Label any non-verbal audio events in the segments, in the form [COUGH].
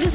this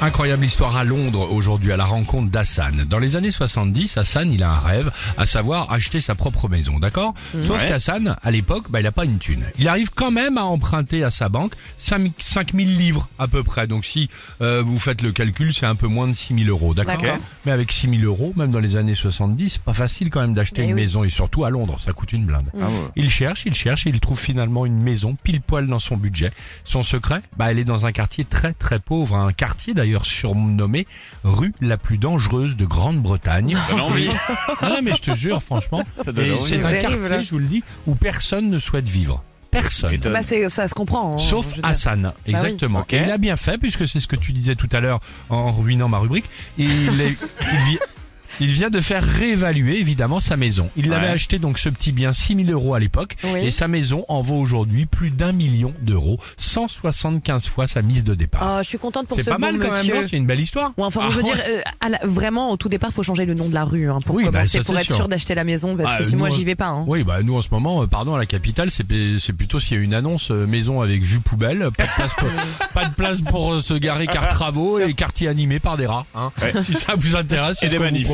Incroyable histoire à Londres aujourd'hui à la rencontre d'Hassan. Dans les années 70, Hassan, il a un rêve, à savoir acheter sa propre maison, d'accord Sauf qu'Hassan, à l'époque, bah, il a pas une thune. Il arrive quand même à emprunter à sa banque 5000 5000 livres à peu près. Donc si euh, vous faites le calcul, c'est un peu moins de 6000 euros, d'accord D'accord. Mais avec 6000 euros, même dans les années 70, pas facile quand même d'acheter Mais une oui. Ah maison et surtout à Londres, ça coûte une blinde. Il cherche, il cherche et il trouve finalement une maison pile poil dans son budget. Son secret, bah, elle est dans un quartier très très pauvre, un quartier d'ailleurs surnommé rue la plus dangereuse de Grande-Bretagne. non mais je te [LAUGHS] jure franchement, donne et envie. c'est un terrible, quartier, là. je vous le dis, où personne ne souhaite vivre. Personne. Étonne. Bah, c'est- ça se comprend. hein, je Sauf veux dire. Hassan, exactement. Ok. Et Il a bien fait puisque c'est ce que tu disais tout à l'heure en ruinant ma rubrique. [LAUGHS] Il, est- il vi- il vient de faire réévaluer évidemment sa maison. Il l'avait Ouais. acheté donc ce petit bien 6000 euros à l'époque Oui. et sa maison en vaut aujourd'hui plus d'un million d'euros, 175 fois sa mise de départ. Ah, je suis contente pour c'est ce pas bon mal quand monsieur. même, non c'est une belle histoire. Ouais, enfin, Ah, je veux ouais. dire, euh, à la- vraiment, au tout départ, faut changer le nom de la rue hein, pour Oui, bah, commencer, ça, pour c'est être sûr. sûr d'acheter la maison, parce Ah, que si nous, moi on- j'y vais pas. hein. Oui, bah nous en ce moment, euh, pardon, à la capitale, c'est c'est plutôt s'il y a une annonce euh, maison avec vue poubelle, pas de place pour, pas de place pour euh, se garer car travaux et quartier animé par des rats. hein. Si ça vous intéresse, c'est Et ce des qu'on vous manifs.